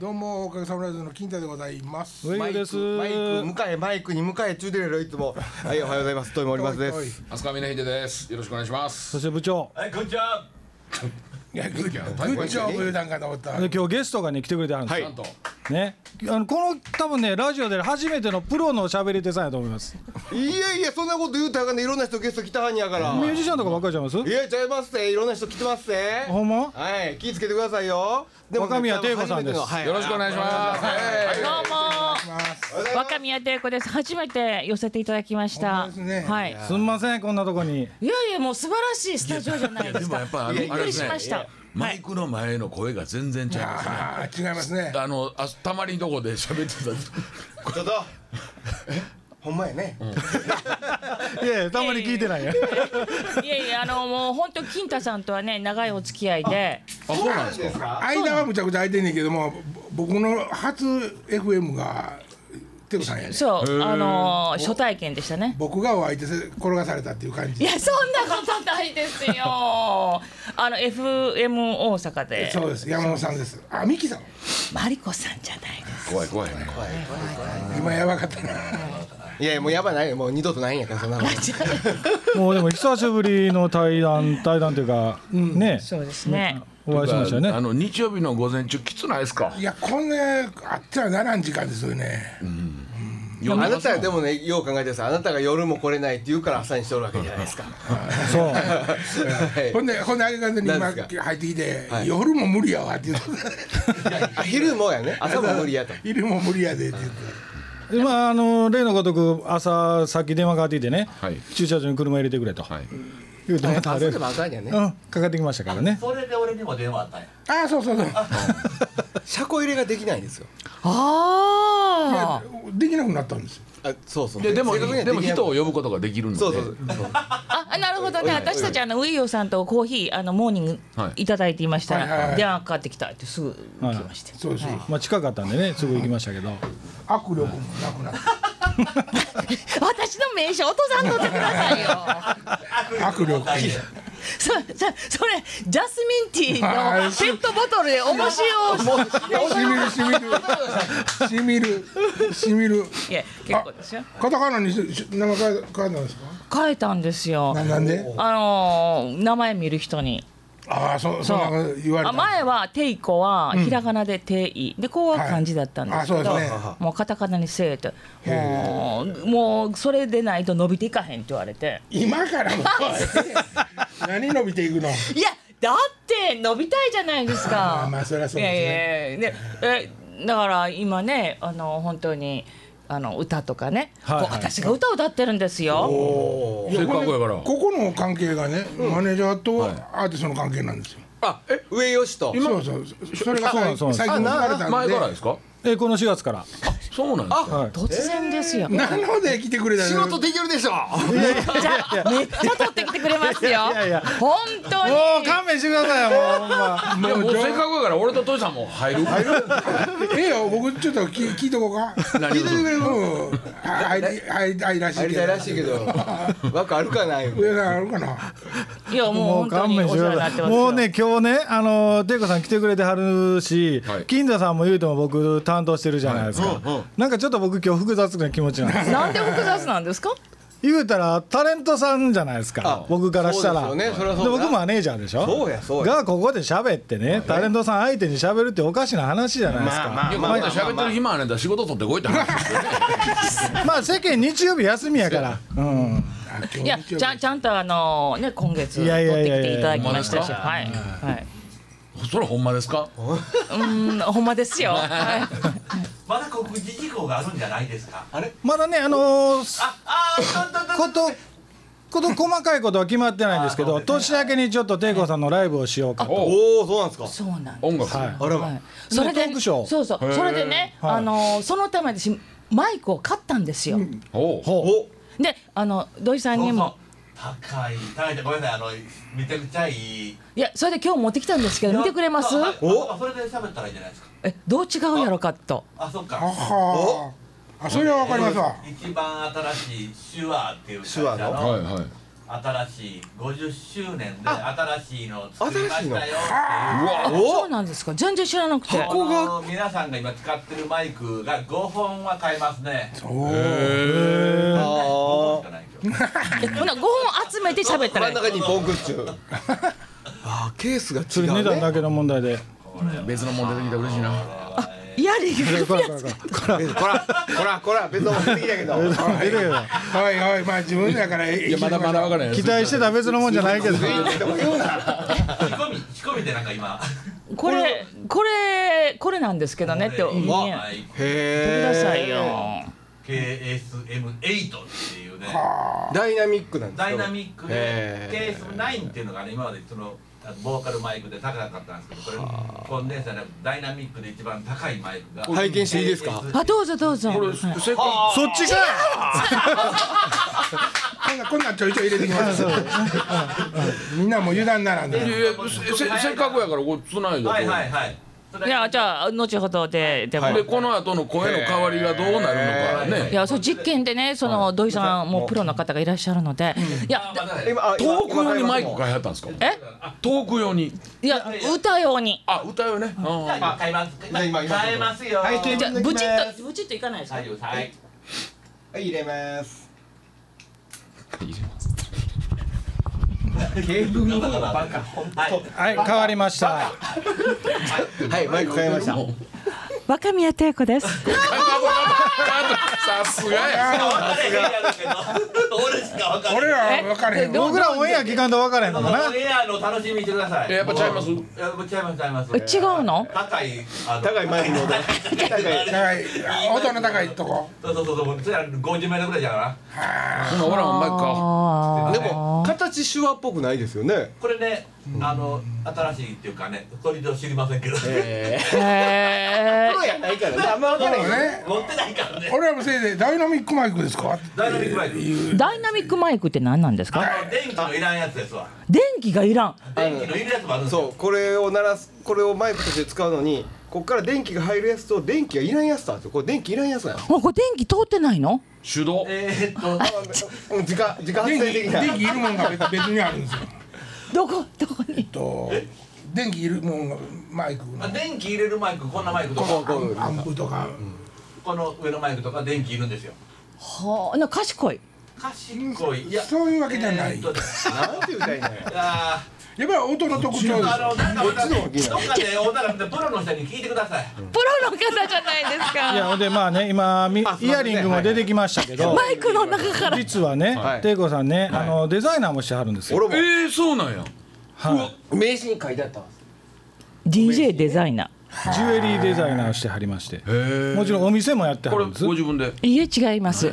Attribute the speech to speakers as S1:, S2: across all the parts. S1: どうもおかげさまラジオの金太でございます。
S2: 上
S3: マ
S2: 井
S3: イク
S2: です。
S3: マイク向かいマイクに向かい中でるいつもはいおはようございます。ともおりますで
S1: おいおい
S3: す。
S4: 飛鳥峰秀です。よろしくお願いします。
S2: そして部長。
S4: はい、こんにちは。
S1: いやグッグッジョブ言うたんかと思った。
S2: で今日ゲストがね来てくれてあるんです
S4: ち
S2: よ
S4: ゃんと。
S2: ね。あのこの多分ねラジオで初めてのプロの喋り手さんやと思います。
S3: いやいやそんなこと言うたらあかんねいろんな人ゲスト来たはんやから。
S2: ミュージシャンとかばっかりちゃいます？
S3: いやちゃいますっていろんな人来てますって。
S2: ほんま？
S3: はい気ぃつけてくださいよ。で
S2: 若宮亭子さんです
S4: よろしくお願いします。
S5: どうも若宮亭子です初めて寄せていただきまし
S1: ほん
S5: た、
S1: まですね
S5: はい
S2: すんませんこんなとこに。
S5: いやいやもう素晴らしいスタジオじゃないで
S6: ですも
S5: か
S6: やっぱあ
S5: びっ
S6: のあ
S5: く
S6: れで
S5: りし
S6: すね
S5: ました
S6: マイクの前の声が全然違いますね。
S1: あー違いますね。
S6: あのあたまにどこで喋ってた
S3: す。ちょっと。
S1: ほんまやね。
S2: いやいやたまに聞いてないや。
S5: いやいやあのもう本当金太さんとはね長いお付き合いで
S6: あそうなんですか。
S1: 間はむちゃくちゃ空いてんねんけども、ぼ僕の初 FM がテコさんやねん。
S5: そうあの初体験でしたね
S1: 僕がお相手せ転がされたっていう感
S5: い
S1: じ。
S5: やそんなことないですよあの FM 大阪で
S1: そうです山本さんです。あミキさん。
S5: マリコさんじゃないです
S6: 怖い怖い。
S1: 今やばかったな。
S3: いやいやもうやばないよもう二度とないんやからそんなの。
S2: もうでも久しぶりの対談対談というかね
S5: そうですね
S2: お会いしましたよね
S6: あ。の日曜日の午前中きつないですか
S1: い。やこんなあってはならん時間ですよね。
S6: 夜
S3: あ
S6: 中
S3: なたはでもねよう考えてさあなたが夜も来れないって言うから朝にしとるわけじゃないですか。
S2: そう。
S3: はい
S1: ほんでほんであれがね今
S3: 何
S1: 入
S3: で
S1: っ
S3: す
S1: てきて夜も無理やわって言って。
S3: あ昼もやね朝も無理やと。
S1: 昼も無理やでって言って。
S2: でまああの例のごとく朝さっき電話かかってきてね、
S6: はい
S2: 駐車場に車入れてくれと、
S6: はい。
S2: 言うとまたあ
S3: 朝
S2: れ、う
S3: で
S2: ん
S3: もあかんやね。
S2: かかってきましたからね。
S7: それで俺にも電話あったんや。
S1: ああそうそうそう。
S3: 車庫入れができないんですよ。
S5: ああ
S1: できなくなったんですよ。
S3: あそうそう。
S6: ででも
S3: 正確には
S6: でも
S3: きない
S6: 人を呼ぶことができるので。
S3: そうそうそう。
S5: あなるほどね私たちあのウイヨさんとコーヒーあのモーニング
S6: はい
S5: いただいていましたら、
S1: はいはいはい
S5: 電話かかってきたってすぐ来まして、
S1: そうですよ。
S2: まあ近かったんでねすぐ行きましたけど。
S1: 握力もなくなった。
S5: 私の名刺落とさんとってくださいよ
S1: 握力。
S5: そそそれジャスミンティーのペットボトルでおもしを
S1: しみるしみる。しみる。しみる。
S5: いや結構ですよ
S1: カタカナにしし名前変え変えたんですか。
S5: 書いたんですよ
S1: ななんで。
S5: あのー名前見る人に
S1: ああ、そう、そんなこと言われ
S5: あ
S1: た。
S5: 前は「テイコ」はひらがなで「テイ」でこうは漢字だったんですけど、
S1: はいあそうですね
S5: もうカタカナに「せ」ともうもうそれでないと伸びていかへんって言われて。
S1: 今からも。何伸びていくの。
S5: いやだって伸びたいじゃないです
S1: まあ
S5: か。
S1: まあそりゃそう
S5: い
S1: です
S5: や
S1: ね
S5: いやいやねえだから今ねあの本当にあの歌とかね、
S2: はいはい
S5: こう私が歌を歌ってるんですよ。
S6: せっかくやから。
S1: ここの関係がね、マネージャーとアーティストの関係なんですよ。
S3: あえ上吉と。
S1: そうそうそう。それが
S2: そうなんですそうなんです
S1: 最近生まれたんで。
S6: 前からですか。
S2: えこの4月から。
S6: そうなんですか。
S2: はい。
S5: 突然ですよ。めっ
S1: なので来てくれたの。
S3: 仕事できるでしょ。
S5: ちゃめっちゃ取ってきてくれますよ。
S2: いやいや
S5: 本当に。
S2: もう勘弁してくださいよもうほんま。
S6: いやもうせっかくやから俺とトイさんも入る。入る。
S1: ええよ、僕ちょっと聞聞いとこうか。
S6: 何をする
S1: うん。はい、はい、はい、らし
S3: あ
S1: い
S3: り
S1: け
S3: た
S1: ど
S3: い。らしいけど、枠あるかな。
S1: 上があるかな。
S5: いやもう
S2: もう
S5: 本当
S2: 勘
S5: に
S2: 弁
S5: お
S2: して
S5: 世
S2: く
S5: 話に
S2: だ
S5: なって
S2: さい。
S5: ますよ。
S2: もうね今日ねあのていこさん来てくれてはるし、
S6: はい
S2: 金田さんも言うても僕担当してるじゃないですか。なんかちょっと僕今日複雑な気持ちなん です。
S5: なんで複雑なんですか。
S2: 言うたらタレントさんじゃないですか
S3: あ
S2: 僕からしたら
S3: そうですよねそれはそう
S2: で
S3: だ
S2: 僕マネージャーでしょ
S3: そうやそうや
S2: がここで喋ってねタレントさん相手に喋るっておかしな話じゃないですか、まあ
S6: いやまだ喋ってる暇はねえんだ仕事取ってこいって話ですよね。
S2: 世間日曜日休みやから、うん、
S5: いやちゃんちゃんとあのね今月取
S2: いやいや
S5: っ
S2: い
S5: て
S2: や
S5: き
S2: いや
S5: ていただきましたし、
S6: ほんまですか
S5: はいはい。
S6: それほんまですか。
S5: うんほんまですよ。はい。
S7: まだ告示事項があるんじゃないですか。あれ
S2: まだねあのー
S7: あ、あー、そうそうそう
S2: ことこと細かいことは決まってないんですけど年明けにちょっと抵子さんのライブをしようかと
S3: おお、そうなんですか。
S5: そうなん
S6: 音楽。
S2: はい
S3: あら
S5: は
S3: ま
S5: い。それで
S2: トークショー
S5: そうそうそれでね、
S2: はい
S5: あのーそのため私マイクを買ったんですよ、
S6: おう。
S2: ほ
S5: であの土井さんにも
S7: 高い、高いってごめんなさい、あの、めちゃくちゃいい。
S5: いやそれで今日持ってきたんですけど見てくれます
S7: あはい
S3: お
S7: あそれで喋ったらいいじゃないですか。
S5: えどう違うやろかと
S7: あ、そっ
S1: あ
S7: か。
S1: はーあ、それはわかりますわ。
S7: 一番新しい手話っていう会社
S3: 手話
S6: はいはい。
S7: 新しい50周年で新しいの作りましたよ
S5: そうなんですか全然知らなくて
S7: あの皆さんが今使ってるマイクが5本は買えますね5本しかないけど
S5: えほな5本集めて喋ったら
S3: 真
S5: い
S3: ん
S5: い
S3: 中にボンクッチュ あーケースが
S2: 釣
S3: 違
S2: り値
S3: う
S2: 段
S3: ね
S2: だけの問題で
S6: 別のもん出てきたら嬉しいな
S5: イヤリング
S2: こらこらこら
S3: こらこらこら別のもん出てきたけ ど
S2: 出るけど
S1: はいはいまあ自分やからい
S6: いやまだまだ分からへん
S2: 期待してた別のもんじゃないけど
S7: 仕込み仕込みでなんか今
S5: これこれこれなんですけどねって言うんや
S7: マイク
S5: くださいよ
S7: KSM8 っていうね
S3: ダイナミックなんですよ
S7: ダイナミック
S3: へ
S7: で KSM9 っていうのがね今までそのあのボーカルマイクで高かったんですけどこれコンデンサーじゃなくてダイナミックで一番高いマイクが
S3: 拝見していいですか
S7: KS
S5: あどうぞどうぞ
S6: これ
S5: はい
S6: せっか
S2: そっちか
S1: こんなこんなんちょいちょい入れてきますみんなもう油断ならんで
S6: くいやいやせせせっかくやからこれつないでこう
S7: はいはいはいそれ
S5: いやじゃあ後ほどででも、
S6: でこの後の声の変わりがどうなるのか
S5: い
S6: ね
S5: やそう実験でねその土井さんもプロの方がいらっしゃるので、いや
S3: 今あ
S6: ト
S3: 今
S6: ーク用にマイク買いはったんですか
S5: え
S6: トーク用に
S5: いや歌ように
S6: あ歌うよねあ
S7: 今買います
S3: ゃあ今今
S7: 買えますよ
S3: はい
S5: じゃあ
S3: いただきます
S5: ブチッとブチッといかないですか
S7: 左右はい
S3: はい入れます
S2: はい変わりました
S3: はいマイク買いました
S6: もう
S5: 若宮帝子です
S6: さすがや
S7: 誰がやるけど俺しか分かんない
S1: 俺らは分かれへん
S2: 僕らオンエア聞かんと分からへんのかな
S7: エアの楽しみにしてください
S6: やっぱちゃいます
S7: いやもう違います違います
S5: 違うの
S7: 高いあの
S3: 高いマイクの音
S7: 高い
S1: 高い音の高いとこ
S7: そうそうそうそうそれは50メートルぐらいじゃないかな
S6: ほなほらマイク買おう
S5: あ
S3: でも形手話っぽくないですよね
S7: これねあの新しいっていうかねこれ以上知りませんけど
S5: ーへえ
S3: そうや ないからねあんま分からへん
S1: ね
S7: 持ってないから ね
S1: 俺らもせいぜいダイナミックマイクですか
S7: ダイナミックマイク
S5: ダイナミックマイクって何なんですか
S7: あの電気のいらんやつですわ
S5: 電気がいらん
S7: 電気のいるやつもあるんです
S3: そう
S7: よ
S3: これを鳴らすこれをマイクとして使うのにこっから電気が入るやつと電気がいらんやつだってこれ電気いらんやつなの
S5: もうこれ電気通ってないの
S6: 手動
S7: えーっと
S3: うん自家自家発
S1: 電
S3: 電
S1: 気
S3: できない
S1: 電気いるもんが別別にあるんですよ
S5: どこどこに
S1: と電気いるもんがマイクの
S7: あ電気入れるマイクこんなマイクと
S3: こう
S7: か
S3: こう
S1: アンプとか
S7: この上のマイクとか電気いるんですよ
S5: はあな賢い
S7: 賢いいや
S1: そういうわけじゃない
S7: えーっと
S3: なんて歌いない
S7: あ
S1: やっぱり音の特徴ですよ
S7: ーあのなんか
S3: っちの方が気にな
S7: どっかで大田でプロの人に聞いてください
S5: プロの方じゃないです
S2: いや
S5: か
S2: ほんでまあね今み
S3: あすい
S2: イ
S3: ま
S2: ヤ
S3: せん
S2: リングも出てきましたけど
S5: マイクの中から
S2: 実はね
S3: はい
S2: 帝子さんねあのデザイナーもしてはるんですよ
S3: 俺も
S6: えーそうなんや
S2: は
S3: 名刺に書いてあったんです
S5: DJ デザイナ
S2: いジュエリーデザイナーをしてはりまして
S6: へえ
S2: もちろんお店もやっては
S6: これ
S2: るんです
S6: ご自分で
S5: ーいえ違います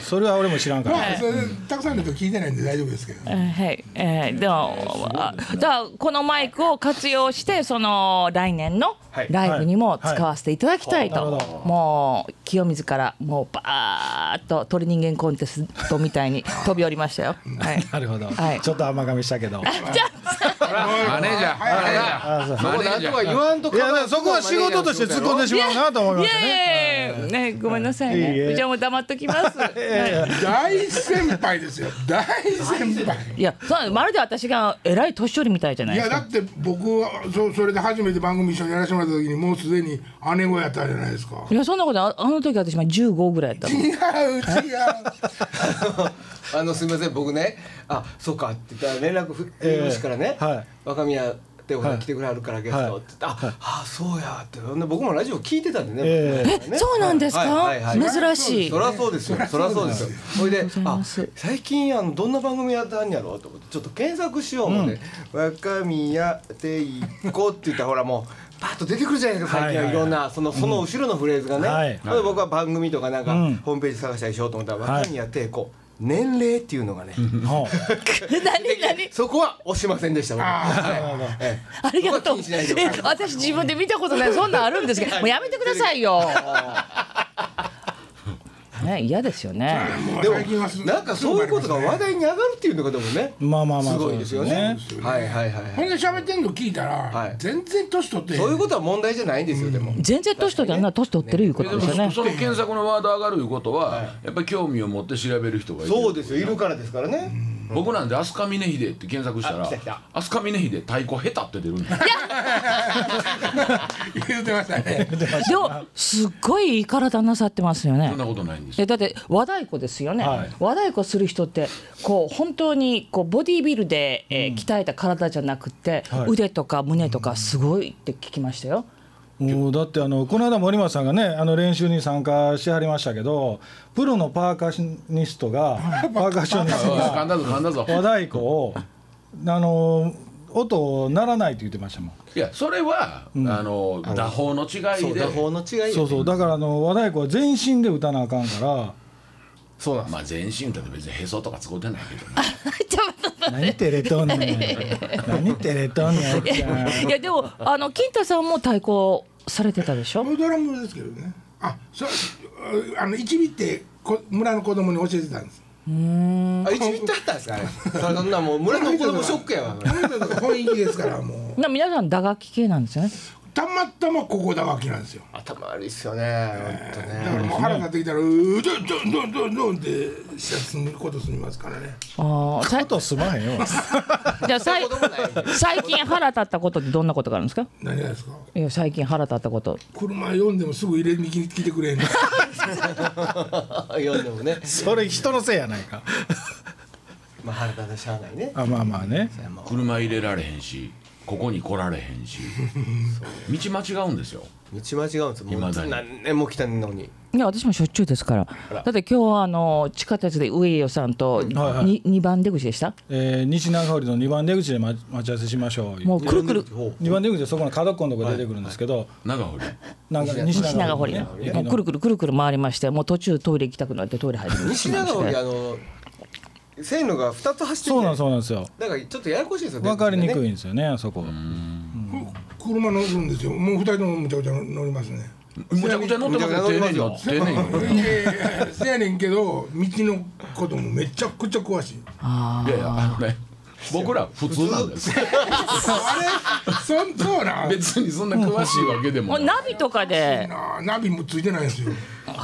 S2: それは俺も知らんから
S1: まあそれたくさんの人聞いてないんで大丈夫ですけど
S5: えーはい、えー、でも、あじゃあこのマイクを活用してその来年の
S3: はい
S5: ライブにも使わせていただきたいと、
S2: はいなるほ
S5: もう清水からもうバーッと鳥人間コンテストみたいに 飛び降りましたよ。はい、
S2: なるほど
S5: はい
S2: ちょっと甘噛みしたけど
S6: マネージャーマネージャー
S2: あそう
S3: そこなんとか言わんと
S2: いやだからそこは仕事として突っ込んでしまうなと思い
S5: い
S2: ましたね
S5: やいやいや、ね、ごめんなさい
S2: いいえ
S5: ね。じゃあもう黙っと きます。はい
S1: 大先輩ですよ大先輩
S5: いや、そうまるで私がえらい年寄りみたいじゃない
S1: い
S5: で
S1: や
S5: す
S1: だ
S5: か。
S1: って僕はそそれで初めて番組一緒にやらせてもらった時にもうすでに姉御やったじゃないですか
S5: いや、そんなことああの時私まあ15ぐらいだったの。
S1: 違う違う
S3: あのすみません僕ねあそうかって言ったら連絡ふ
S2: ええ
S3: 弁護士からね、
S2: はい
S3: 若宮ってほ
S2: は
S3: ら
S2: い
S3: 来てくれはるからゲストって言って、あ、あそうやってほんで僕もラジオ聞いてたんでね、
S2: ええ
S5: え、そうなんですか
S3: はいはいは。い
S5: 珍しい
S3: そ。りゃそうですよそりゃそうですよほいで
S5: りがとうござい
S3: あ
S5: ます
S3: 最近あのどんな番組やったんやろうと思ってちょっと検索しよう思って、若宮ていこって言ったらほらもうパッと出てくるじゃないですか最近
S2: は
S3: は
S2: いはい
S3: いろんなそのその後ろのフレーズがね、
S2: はい
S3: ほんで僕は番組とかなんか
S2: うん
S3: ホームページ探したりしようと思ったら
S2: はい
S3: 若宮ていこ年齢っていうのがね
S2: ほう
S5: 何何
S3: そこは押しませんでした僕はいええ
S5: ありがと
S3: そこは
S5: う
S3: 気にしないでくだ
S5: え
S3: さい
S5: 私自分で見たことないそんなんあるんですけどもうやめてくださいよ ね嫌ですよね
S1: もう
S3: でも
S1: 最近はす
S3: なんかそういうことが話題に上がるっていうのがでもね
S2: まあまあまあ
S3: すごいですよね。はいはいはい
S1: ほ
S3: は
S1: ん
S3: い。
S1: で喋ってんの聞いたら、
S3: はい
S1: 全然年取ってへん
S3: そういうことは問題じゃないんですよでも。
S5: 全然年取ってない年取ってるいうこと
S6: で
S5: で
S6: も
S5: すよね
S6: その検索のワード上がるいうことはやっぱり興味を持って調べる人がいる
S3: そうですよいるからですからね。
S6: 僕なんで飛鳥峰秀って検索した
S3: あ
S6: ら
S3: 来た来た
S6: 飛鳥峰秀太鼓下手って出るんですよ
S1: 言ってましたね
S5: でもすっごいいい体なさってますよね
S6: そんなことないんですよ
S5: えだって和太鼓ですよね、
S2: はい
S5: 和太鼓する人ってこう本当にこうボディービルで、えー鍛えた体じゃなくて、
S2: はい
S5: 腕とか胸とかすごいって聞きま したよ。
S2: もうだってあのこの間森松さんがねあの練習に参加しはりましたけどプロのパーカッショニストがパーカッショニスト
S6: おい噛ん
S2: が
S6: だぞ噛んだぞ
S2: 和太鼓をあの音を鳴らないって言ってましたもん
S6: いやそれは、あの打法の違
S3: そ
S6: いうで
S3: 打法の違いよね。
S2: そうそうだからあの和太鼓は全身で打たなあかんから
S3: そうなんです。
S6: まあ全身歌って別にへそとか使うてないけどね
S2: 何照れとんねん何照れとんねんあっちゃん
S5: いやでもあの金太さんも太鼓されてたでしょ
S1: 僕ドラムですけどねあそうあの一味ってこ村の子供に教えてたんです
S3: あ一ミってあったんですかあれ。そんなもう村の子供ショックやわ。
S1: この人とか本意気ですからもう
S5: な皆さん打楽器系なんですよね。
S1: たまたまここだわけなんですよ
S3: 頭悪いっすよね。本当
S1: だ
S3: ね。
S1: からもう腹立ってきたら「うーどんどんどんどんどん」ってしすむことすみますからね
S5: ああ、さ
S2: 音すまへんわ
S5: じゃあさい最近腹立ったことってどんなことがあるんですか？
S1: 何がですか
S5: いや最近腹立ったこと。
S1: 車読んでもすぐ入れに来てくれへんの
S3: 読んでもね。
S2: それ人のせいやないか
S3: まあ腹立たしゃあないね。
S2: あまあまあね
S6: 車入れられへんしここに来られへんし道間違うんですよ
S3: 道間違うんですよ。もう
S6: 未だに
S3: 何年も来たのに。
S5: いや私もしょっちゅうですから。だって今日はあの地下鉄で上与さんとに
S2: はいはい
S5: 二、番出口でした。
S2: えー西長堀の2番出口で待待ち合わせしましょう
S5: もうくるくる
S2: 2番出口でそこの角っこのとこ出てくるんですけど
S6: 長堀
S2: なんか西
S5: 西長堀
S2: ね
S5: の、もうくるくるくるくる回りまして、もう途中トイレ行きたくなってトイレ入ってま
S3: 西
S5: した
S3: 長堀あの線路が二つ走ってて
S2: そうなんそうなんですよ
S3: だからちょっとややこしいですよ。
S2: 分かりにく
S3: い。
S2: いんですよねあそこ
S1: 車乗るんですよもう二人ともむちゃくちゃ乗りますね
S6: むちゃくちゃ乗ってますよ丁寧に乗ってんねんよ
S1: いやいやいやせやねんけど道のこともめちゃくちゃ詳しい
S6: いやいやあのね僕ら普通なんです
S1: あれそんそうなん
S6: 別にそんな詳しいわけでも
S5: もう
S6: ない
S5: ナビとかで、
S1: なナビもついてないんですよ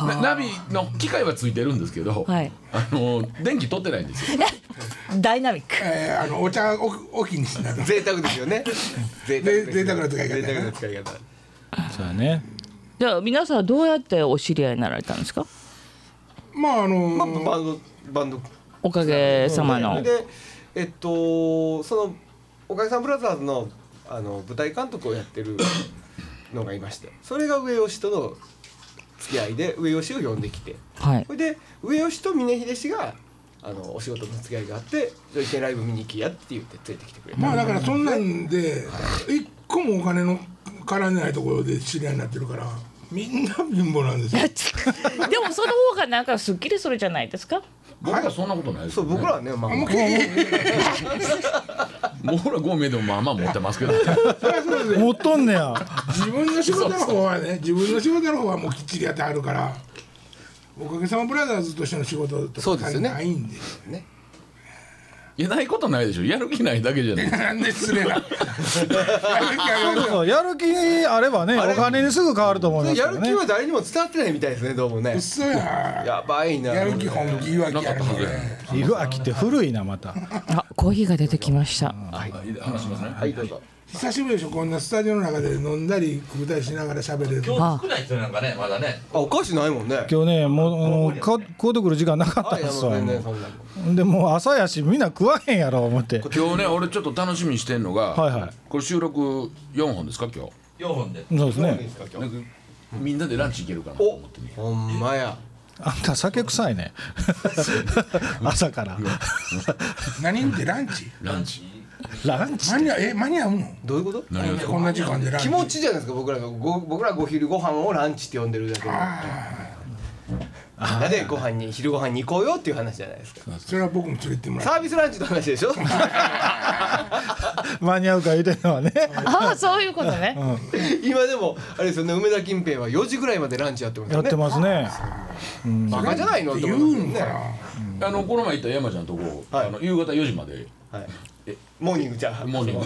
S6: なナビの機械はついてるんですけど、
S5: はい
S6: あの電気取ってないんですよ
S5: ダイナミック。
S1: えー、あのお茶おおきにしなが ら
S3: 贅沢ですよね。贅
S1: ぜ贅沢な使い方
S3: 贅沢な使い方。
S2: そうやね
S5: じゃあ皆さんはどうやってお知り合いになられたんですか？
S1: まああの
S3: まあバンドバンド。
S5: おかげさまの。
S3: でえっとそのおかげさんブラザーズのあの舞台監督をやってるのがいましてそれが上吉との付き合いで上吉を呼んできて
S5: はい
S3: そ。れで上吉と峰秀氏があのお仕事の付き合いがあって「じゃあ一緒にライブ見に行きや」って言って連れてきてくれた、
S1: まあだからそんなんで一個もお金の絡んでないところで知り合いになってるからみんな貧乏なんですよ
S5: でもその方がなんかすっきりするじゃないですか。
S6: 僕らそんなことないです
S3: そ
S6: よ
S3: う
S6: ね
S3: 僕らはねまあ
S1: もう経
S6: 僕ら5名でもまあまあ持っ てますけど
S2: 持っとんねや
S1: 自分の仕事の方は ね自分の仕事の方はもうきっちりやってあるからおかげさまブラザーズとしての仕事と
S3: そう
S1: か
S3: ですよね
S1: ないんで
S3: ね
S6: いやないことないでしょやる気ないだけじゃない
S1: なんで 失礼なやる気ありま
S2: そう
S1: せん
S2: そうやる気あればねお金にすぐ変わると思いますけ
S3: や
S2: ど
S3: る
S2: ね
S3: 気は誰にも伝わってないみたいですねどうもね
S1: 嘘や
S3: やばいな
S1: やる気本気言い
S6: な
S1: 訳
S6: か
S1: や
S6: っ
S1: る
S6: たはずや
S1: ね
S2: いわきって古いなまた
S5: あ、コーヒーが出てきました。
S6: 話しますね
S3: はいどうぞ
S1: 久しぶりでしょこんなスタジオの中で飲んだり食うたりしながら喋れる
S7: 今日少ない人なんかねまだね
S3: あお菓子ないもんね
S2: 今日ねもうあのか買うてくる時間なかった
S3: あい
S2: んで
S3: や
S2: す
S3: も
S2: よ
S3: う全然そんなもん
S2: でもう朝やしみんな食わへんやろ思って
S6: 今日ね俺ちょっと楽しみにしてんのが、
S2: はいはい
S6: これ収録4本ですか今
S7: 4本で
S2: そうですね
S6: 日なんかみんなでランチ行けるかなと
S3: お
S6: 思ってね
S3: ほんまや
S2: あんた酒臭いね 朝から
S1: 何人ってランチ
S6: ランチ
S2: ランチ
S1: 間に合うえ間に合うの
S3: どういうこと
S6: 何がですか
S1: こんな時間でラン
S3: 気
S1: チ
S3: 持ちじゃないですか僕らがご僕らはご昼ご飯をランチって呼んでるだけでなでご飯に昼ご飯に行こうよっていう話じゃないですか
S1: それは僕も連れてってもら
S3: サ
S1: う
S3: ービスランチの話でしょ
S2: 間に合うか言うてるのはね
S5: ああそういうことね、
S3: 今でもあれですよね梅田近辺は4時ぐらいまでランチやってます
S2: や
S3: よ
S2: っ
S3: ね
S2: てますね
S3: バカじゃないのっ
S1: っ
S3: てて
S1: 言
S3: 思
S1: う
S3: い
S1: ん
S3: ます
S1: か
S3: よ
S1: な
S3: ね、
S6: あのこの前行った山ちゃんとこ、
S3: はい
S6: あの夕方4時まで
S3: はい、モーニングじゃあ
S6: モーニン グ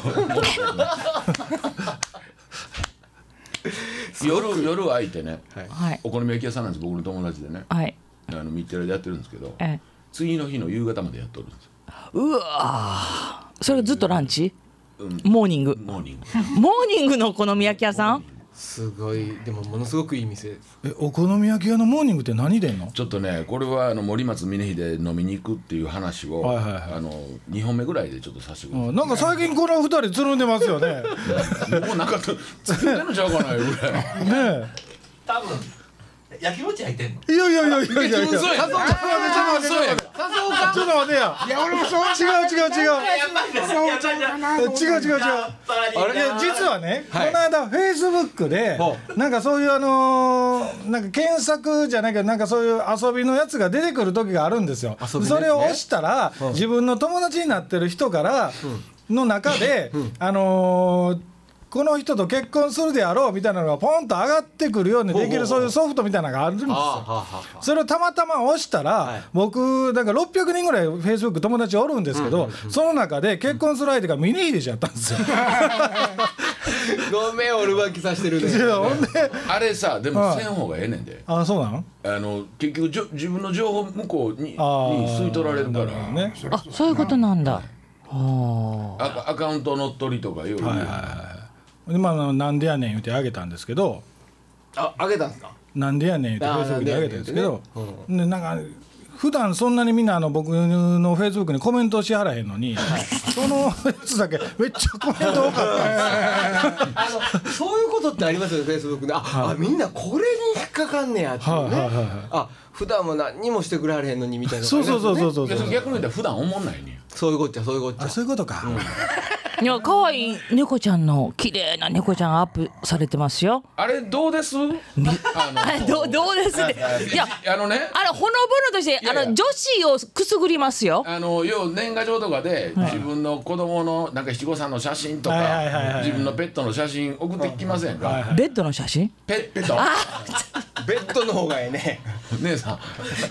S6: 夜夜空いてね、
S5: はい
S6: お好み焼き屋さんなんです僕の友達でね
S5: はい
S6: あの日テレでやってるんですけど
S5: ええ
S6: 次の日の夕方までやっとるんですよ
S5: うわーそれずっとランチ、モーニング
S6: モーニング
S5: モーニングのお好み焼き屋さん
S3: すごいでもものすごくいい店です
S2: えお好み焼き屋のモーニングって何でんの
S6: ちょっとねこれはあの森松峰秀飲みに行くっていう話を、
S2: はいはいはい
S6: あの2本目ぐらいでちょっとさせてくだ
S2: うんなんか最近この二人つるんでますよ ね
S6: さい、もうなんか作ってんのちゃうかなぐらい
S2: ね
S7: 多分焼き餅入ってんの
S2: えいやいやいやいやいやいやちょっと待ってちょっと
S6: 嘘やん嘘やん
S2: 待ってや
S1: いや俺もそう
S2: 違う違う違う
S7: やっぱりだやっぱりだ
S2: 違う違う違う
S7: あ
S3: れ
S2: いや実はね、この間フェイスブックで
S3: ほ
S2: なんかそういうあのーなんか検索じゃないけどなんかそういう遊びのやつが出てくる時があるんです
S3: び
S2: よ、
S3: のやつね
S2: それを押したら、自分の友達になってる人からの中で、あのーこの人と結婚するであろうみたいなのがポンと上がってくるようにできるそういうソフトみたいなのがあるんですよ。それをたまたま押したら、僕なんか600人ぐらいフェイスブック友達おるんですけど、その中で結婚する相手がミニヒデちゃったんですよ。
S3: ごめん俺浮気させてるね
S2: いやほんで
S6: あれさでもせん方がええねんで
S2: あそうなの
S6: あの結局じょ自分の情報向こうにに
S2: あー
S6: 吸い取られるから
S2: ね
S5: あそういうことなんだは
S6: アカアカウント乗っ取りとかより、
S2: でまあなんでやねん言うてあげたんですけど、
S3: ああげたんですか
S2: なんでやねんってフ
S3: あ
S2: ェ
S3: ー
S2: イスブックで上げてるんですけど
S3: なんでやねんっ、
S2: でなんか普段そんなにみんなあの僕のフェイスブックにコメントしはらへんのに、そのやつだけめっちゃコメント多かったんですよ
S3: あのそういうことってありますよねフェイスブックであ,、あみんなこれに引っかかんねやっていうね、
S2: はいはいはいはい
S3: あ普段は何にもしてくれはれへんのにみたいな
S2: そうそうそうそう
S3: う
S2: そうそ
S6: いや
S2: う。
S6: 逆に言ったら普段思んないねん
S3: そういうこっちゃそういうこっち
S2: あ
S3: ゃ
S2: そういうことか。
S5: いや可愛い猫ちゃんの綺麗な猫ちゃんアップされてますよ
S6: あれど うですあ
S5: あ
S6: の
S5: どうどうですっていや
S6: あのね
S5: あのほのぼのとして
S6: やいや
S5: あの女子をくすぐりますよ
S6: あの要は年賀状とかで自分の子供のなんか七五三の写真と
S2: はいはいはいは
S6: か
S2: い
S6: 自分のペットの写真送ってきません
S2: はい
S6: か
S2: はい
S5: ベッドの写真
S6: ペペット
S3: ベッドの方がええね
S6: 姉さん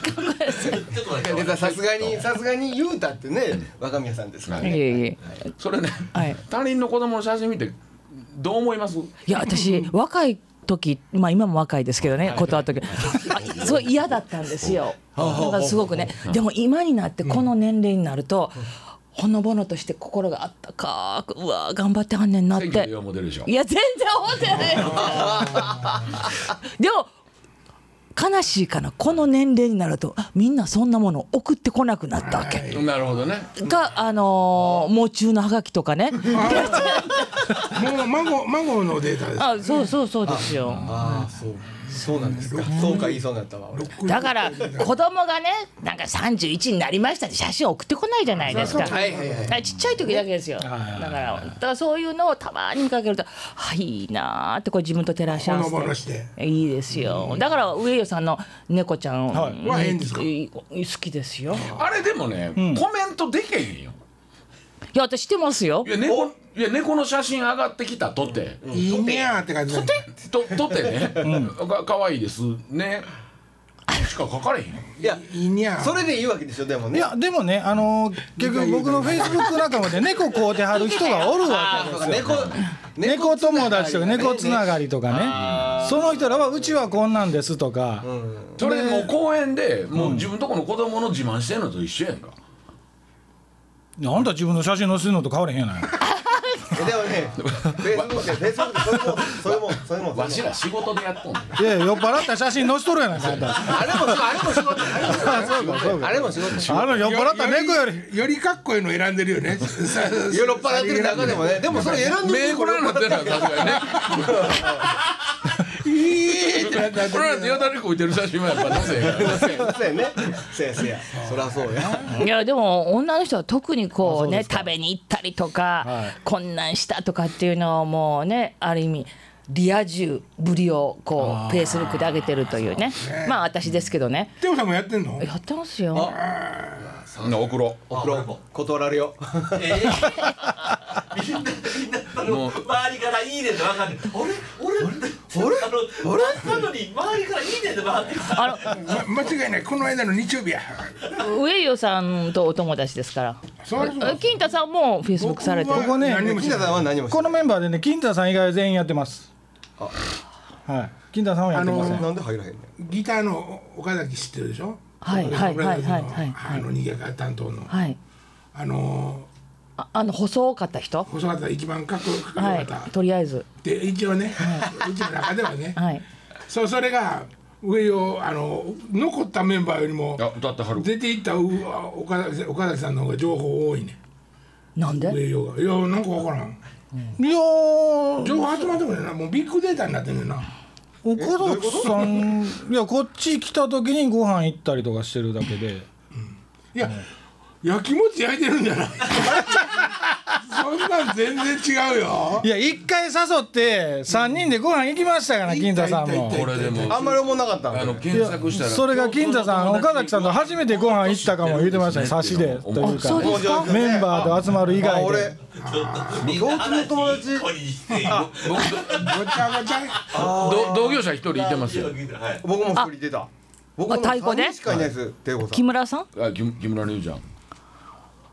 S7: ちょっと待っ
S3: で
S7: て
S3: さすがにさすがに言うたってね若宮さんですから
S5: いえ
S3: ね
S5: いえ
S6: それね
S5: はい
S6: 他人の子供の写真見てどう思います
S5: いや私若い時まあ今も若いですけどね断った時あすごい嫌だったんですよなんかすごくねでも今になってこの年齢になるとほのぼのとして心があったかくうわー頑張ってはんねんなっ
S6: 選挙で
S5: て
S6: ようモデルでしょ
S5: いや全然思ってないよでも悲しいかなこの年齢になるとあみんなそんなもの送ってこなくなったわけ
S6: なるほどね
S5: があのー、喪中のハガキとかね
S1: もう孫孫のデータです
S5: あそうそうそうですよ
S3: ああそうそうなんですかそうか言いそうになったわ俺
S5: だから子供がねなんか31になりましたって写真送ってこないじゃないですか。
S3: はいはいはい
S5: あちっちゃい時だけですよ。だから、だからそういうのをたまに見かけると、はい、いいなーってこう自分と照らし
S1: ほ
S5: 合わ
S1: のぼの
S5: せ
S1: して
S5: て。いいですよ。だから上与さんの猫ちゃん、
S1: いは変ですか
S5: いい好きですよ。
S6: あれでもねコメントでけへんよ
S5: いや私してますよ
S6: い。や猫いや猫の写真上がってきたとって
S1: いいねーって感じなんです
S6: ととってねかかわいいですねしか書かれへんよ
S3: いや
S1: いいにゃー
S3: それでいいわけでしょでも
S2: い
S3: ね
S2: やでもねあの結局僕のフェイスブック仲間で猫飼うてはる人がおるわけ
S3: あ
S2: で
S3: そう
S2: す
S3: か
S2: よ。
S3: 猫
S2: 猫友達とか猫つな
S3: り
S2: がりとかね。その人らはうちはこんなんですとか。
S6: それもう公園でもう自分とこの子供の自慢してんのと一緒やんか
S2: いやあんた自分の写真載せるのと変われへんやない。
S3: えでもねフェイスブックでフェイスブックでそれもそれもそれも
S6: わしら仕事でやっとんね
S2: い
S6: ん
S2: やいや酔っ払った写真載せとるやないかあんた
S3: あれもあれも仕事あれも仕事あれも仕事
S2: あの酔っ払った猫より
S1: よりよりかっこいいの選んでるよね
S3: ヨーロッパやってる中でもねでもそれ選んで
S6: 目これなってるのはさすがにね
S1: いいってな った
S6: これなってよだれこいてる写真はやっぱ出せへんから
S3: そうやねそうやそうやそりゃそうや
S5: いやでも女の人は特にこうね食べに行ったりとか、
S2: はい
S5: こんなんしたとかっていうのをもうねある意味リア充ぶりをこうペースブックで上げてるというねまあ私ですけどね
S1: テオさんもやってんの
S5: やってますよ
S6: な送ろ
S3: お風呂断られよ
S7: ええ みんなみんなあの周りから「いいね」って分かんない俺俺って俺あのなのに周りから「いいね」って回ってきた
S5: あ
S1: ま間違いないこの間の日曜日や
S5: の上与さんとお友達ですから
S1: そうそう
S5: え金太さんもフェイスブックされて
S1: 僕は
S2: こね
S1: 何もし
S3: 木
S1: な
S3: 田
S1: い
S3: さんは何もして
S2: こ
S3: な
S2: の
S3: い
S2: メンバーでね金太さん以外は全員やってますはい金太さんはやってません
S1: あの
S3: なんで入らへんねん
S1: ギターの岡崎知ってるでしょ
S5: はいはいはいはいはい
S1: あの逃げ方担当の、
S5: はい
S1: あの
S5: ああの細かった人
S1: 細かった一番かっこよか
S5: は
S1: った、
S5: いとりあえず
S1: で一応ね、うちの中ではね、
S5: はい
S1: そうそれが上をあの残ったメンバーよりも
S6: うあ歌ってはる
S1: 出ていったうわ岡崎岡崎さんの方が情報多いね
S5: なんで
S1: 上用がいやなんかわからん
S2: いやー
S1: 情報集まってくれなもうビッグデータになってんねんな
S2: 岡崎さんいやこっち来た時にご飯行ったりとかしてるだけで
S1: いや、焼きもち焼いてるんじゃない そんなん全然違うよ
S2: いや一回誘って3人でご飯行きましたから金太さん
S1: 行っ
S2: も
S1: た行った行った
S6: これでも
S3: あんまり思んなかったん
S6: あ
S3: だ
S6: の
S3: ね
S6: 検索したら
S2: それが金太さん岡崎さんと初めてご飯行ったかも言ってましたね差しでという
S5: そう
S2: か
S5: ですか
S2: メンバーで集まる以
S3: あ
S2: 外
S3: 俺
S2: で
S3: 共通の友達
S7: ここにして
S1: ごちゃごちゃ
S6: ど同業者一人いてますよ
S7: はい
S3: 僕も一人出た僕も
S5: あ太鼓ね
S3: 三人しかいないですテイコさ
S5: 木
S3: ん
S5: 村さん
S6: あ木木村龍ちゃん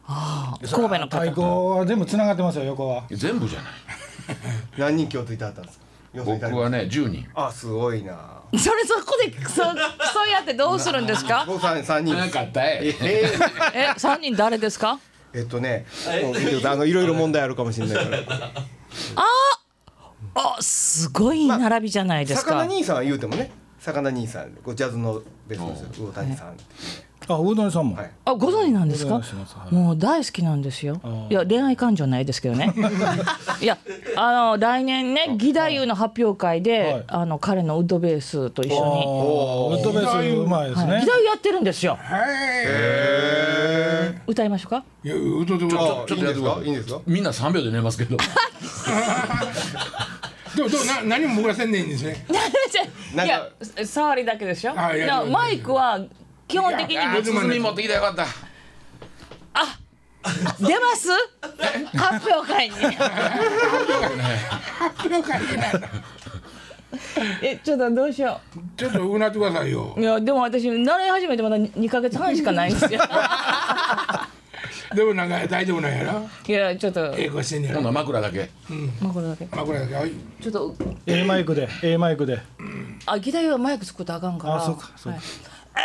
S5: 神戸の
S2: 太
S5: 方
S2: 鼓は全部つながってますよ横は
S6: 全部じゃない
S3: 何人共通いただったんですか四人い
S6: 僕
S3: ただいた
S6: はね10人
S3: あすごいな
S5: それそこでそ そうやってどうするんですか
S3: 僕三三人
S6: 早かった
S3: え
S6: え
S3: え
S5: え三人誰ですか
S3: えっとねもう見てくださいあのいろいろ問題あるかもしれないから
S5: あすごい並びじゃないですか、
S3: 魚兄さんは言うてもね魚兄さんこうジャズのベースの人魚谷さんって
S2: あ大谷さんも、
S3: はい
S5: あご存知なんです
S2: ご
S5: か
S2: 存知ですは
S5: もう大好きなんですよいや恋愛感情ないですけどねいやあの来年ね義太夫の発表会で、
S2: はい
S5: あの彼のウッドベースと一緒に、
S2: ウッドベースうまいです
S5: はい、
S2: ね
S5: 義太夫やってるんですよ
S1: へ
S5: 歌いましょうか
S1: えいやうとうとう
S6: ち
S1: と
S6: ょちょっとやってください
S3: いいんですかいいんですか
S6: みんな3秒で寝ますけど
S1: でもどうな何も僕らせんでいいんですね
S3: なんか
S5: いや触りだけでしょ
S1: あいや
S5: だからマイクは基本的に
S1: いや
S6: あ
S5: ぶ
S6: 包み持ってきたらよかった
S5: 出ます発表会に
S1: 発表会でないな
S5: えちょっとどうしよ
S1: ちょっとうなってくださいよ
S5: ういやでも私習い始めてまだ2ヶ月半しかないんです よ
S1: でもなんか大丈夫なんやろ
S5: いやちょっと
S1: ええ声してんねや
S6: 今
S1: ろ
S6: 度は枕だけ
S5: まあこれだけ
S1: 枕だけはい
S5: ちょっと
S2: A マイクで A マイクで
S5: あ議題はマイク作ったらあかんから
S2: あそうかそうか
S5: はい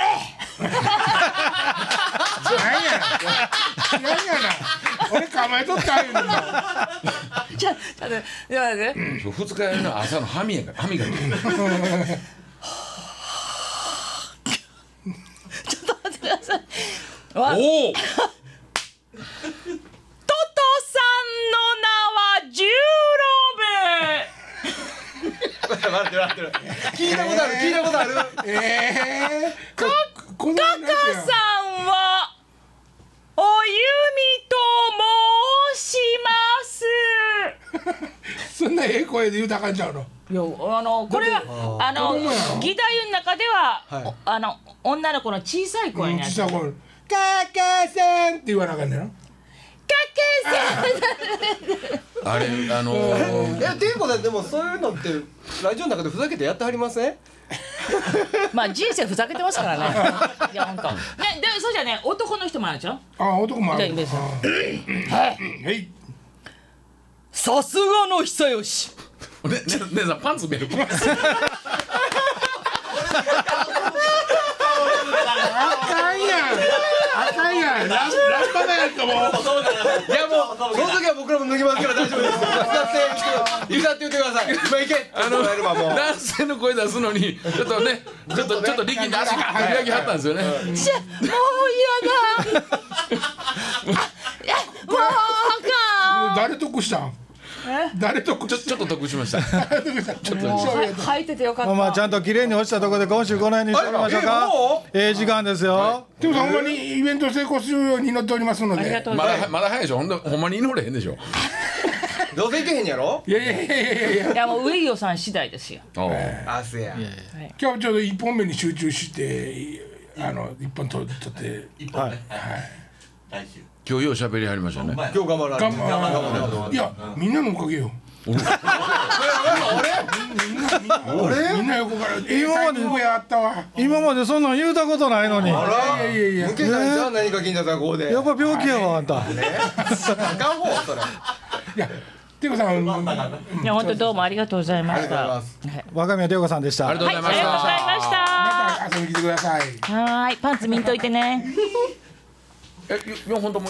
S1: 何や何やな俺構えとった言うの に
S5: じゃあちょっと待ってちょっと待って
S6: そう二日酔いの朝の歯磨き歯磨き
S5: ちょっと待ってくださいわ
S6: おお
S5: トトさんの名は十郎兵衛
S3: 笑ってる笑ってる聞いたことある聞いたことある
S1: ええかこんなのやつや
S5: さんはおゆみと申します
S1: そんなええ声で言うたらあかんちゃうの
S5: いやあのこれはあの義太夫の中では、おあの女の子の小さい声
S1: うん
S5: になる
S1: 実はこれ「かかせん」って言わなあかんねやろ
S5: かけせ
S6: あれあのー
S3: いやテイコさんでもそういうのってラジオの中でふざけてやってはりません
S5: まあ人生ふざけてますからね いや本当ねでそうじゃね男の人もあるでしょ
S1: あ男もある
S5: じゃあ
S1: あはい
S5: さすがの久吉
S6: ねねねさんパンツ見える
S1: あかんやんあかんやんララッパだやんかもう
S7: そうだよ
S3: いやもうその時は僕らも脱ぎますから大丈夫です歌って歌って言ってください今行けって言われればもう
S6: 男性の声出すのにちょっとねちょっとちょっと力んで足が開きはったんですよね
S5: じゃもう 嫌だあいやもうあ
S1: 誰得したん誰得
S6: ちょちょっと得しました
S1: 誰得したちょっ
S5: かんもうはい履いててよかった
S2: まあまあちゃんと綺麗に落ちたところで今週この辺にしておきましょう
S3: あ
S2: か
S3: えも
S2: ええ時間ですよ、
S1: でもほんまにイベント成功するように祈っておりますの
S5: ありが
S1: で
S5: とうご
S6: ま
S5: ざいます
S6: だまだ早いでしょほんでほんまに祈れへんでしょ
S3: どうせいけへんやろ
S1: いやいやいやいやいや
S5: いやもう上井さん次第ですよ。
S6: おう
S3: あせや
S1: 今日ちょうど一本目に集中してあの一本取取って
S7: 一本ね。はい。来週。
S6: 今日よう喋りはりましたね
S7: お前。
S3: 今日頑張ら
S1: 頑
S3: ん
S1: 張るいやみんなのおかげよ俺みんな横から「ええ
S2: ま
S1: わ
S2: で
S1: 上やったわ
S2: 今までそんなん言うたことないのにや
S3: あ
S2: っ
S3: ら
S1: いやいやい
S3: 向けたんじゃん何か金田さんこうで
S2: ぱ病気やわあんた
S3: あかんほうそれ
S1: やてこさん
S5: いや本当どうもありがとうございました。
S3: あ
S5: は
S2: 若宮涼子さんでした
S6: ありがとうござ
S5: いあ
S6: い
S5: り
S6: ました
S5: がとうございました。
S1: また遊びに来てください
S5: はーいパンツ見んといてね。
S6: え、いや本当も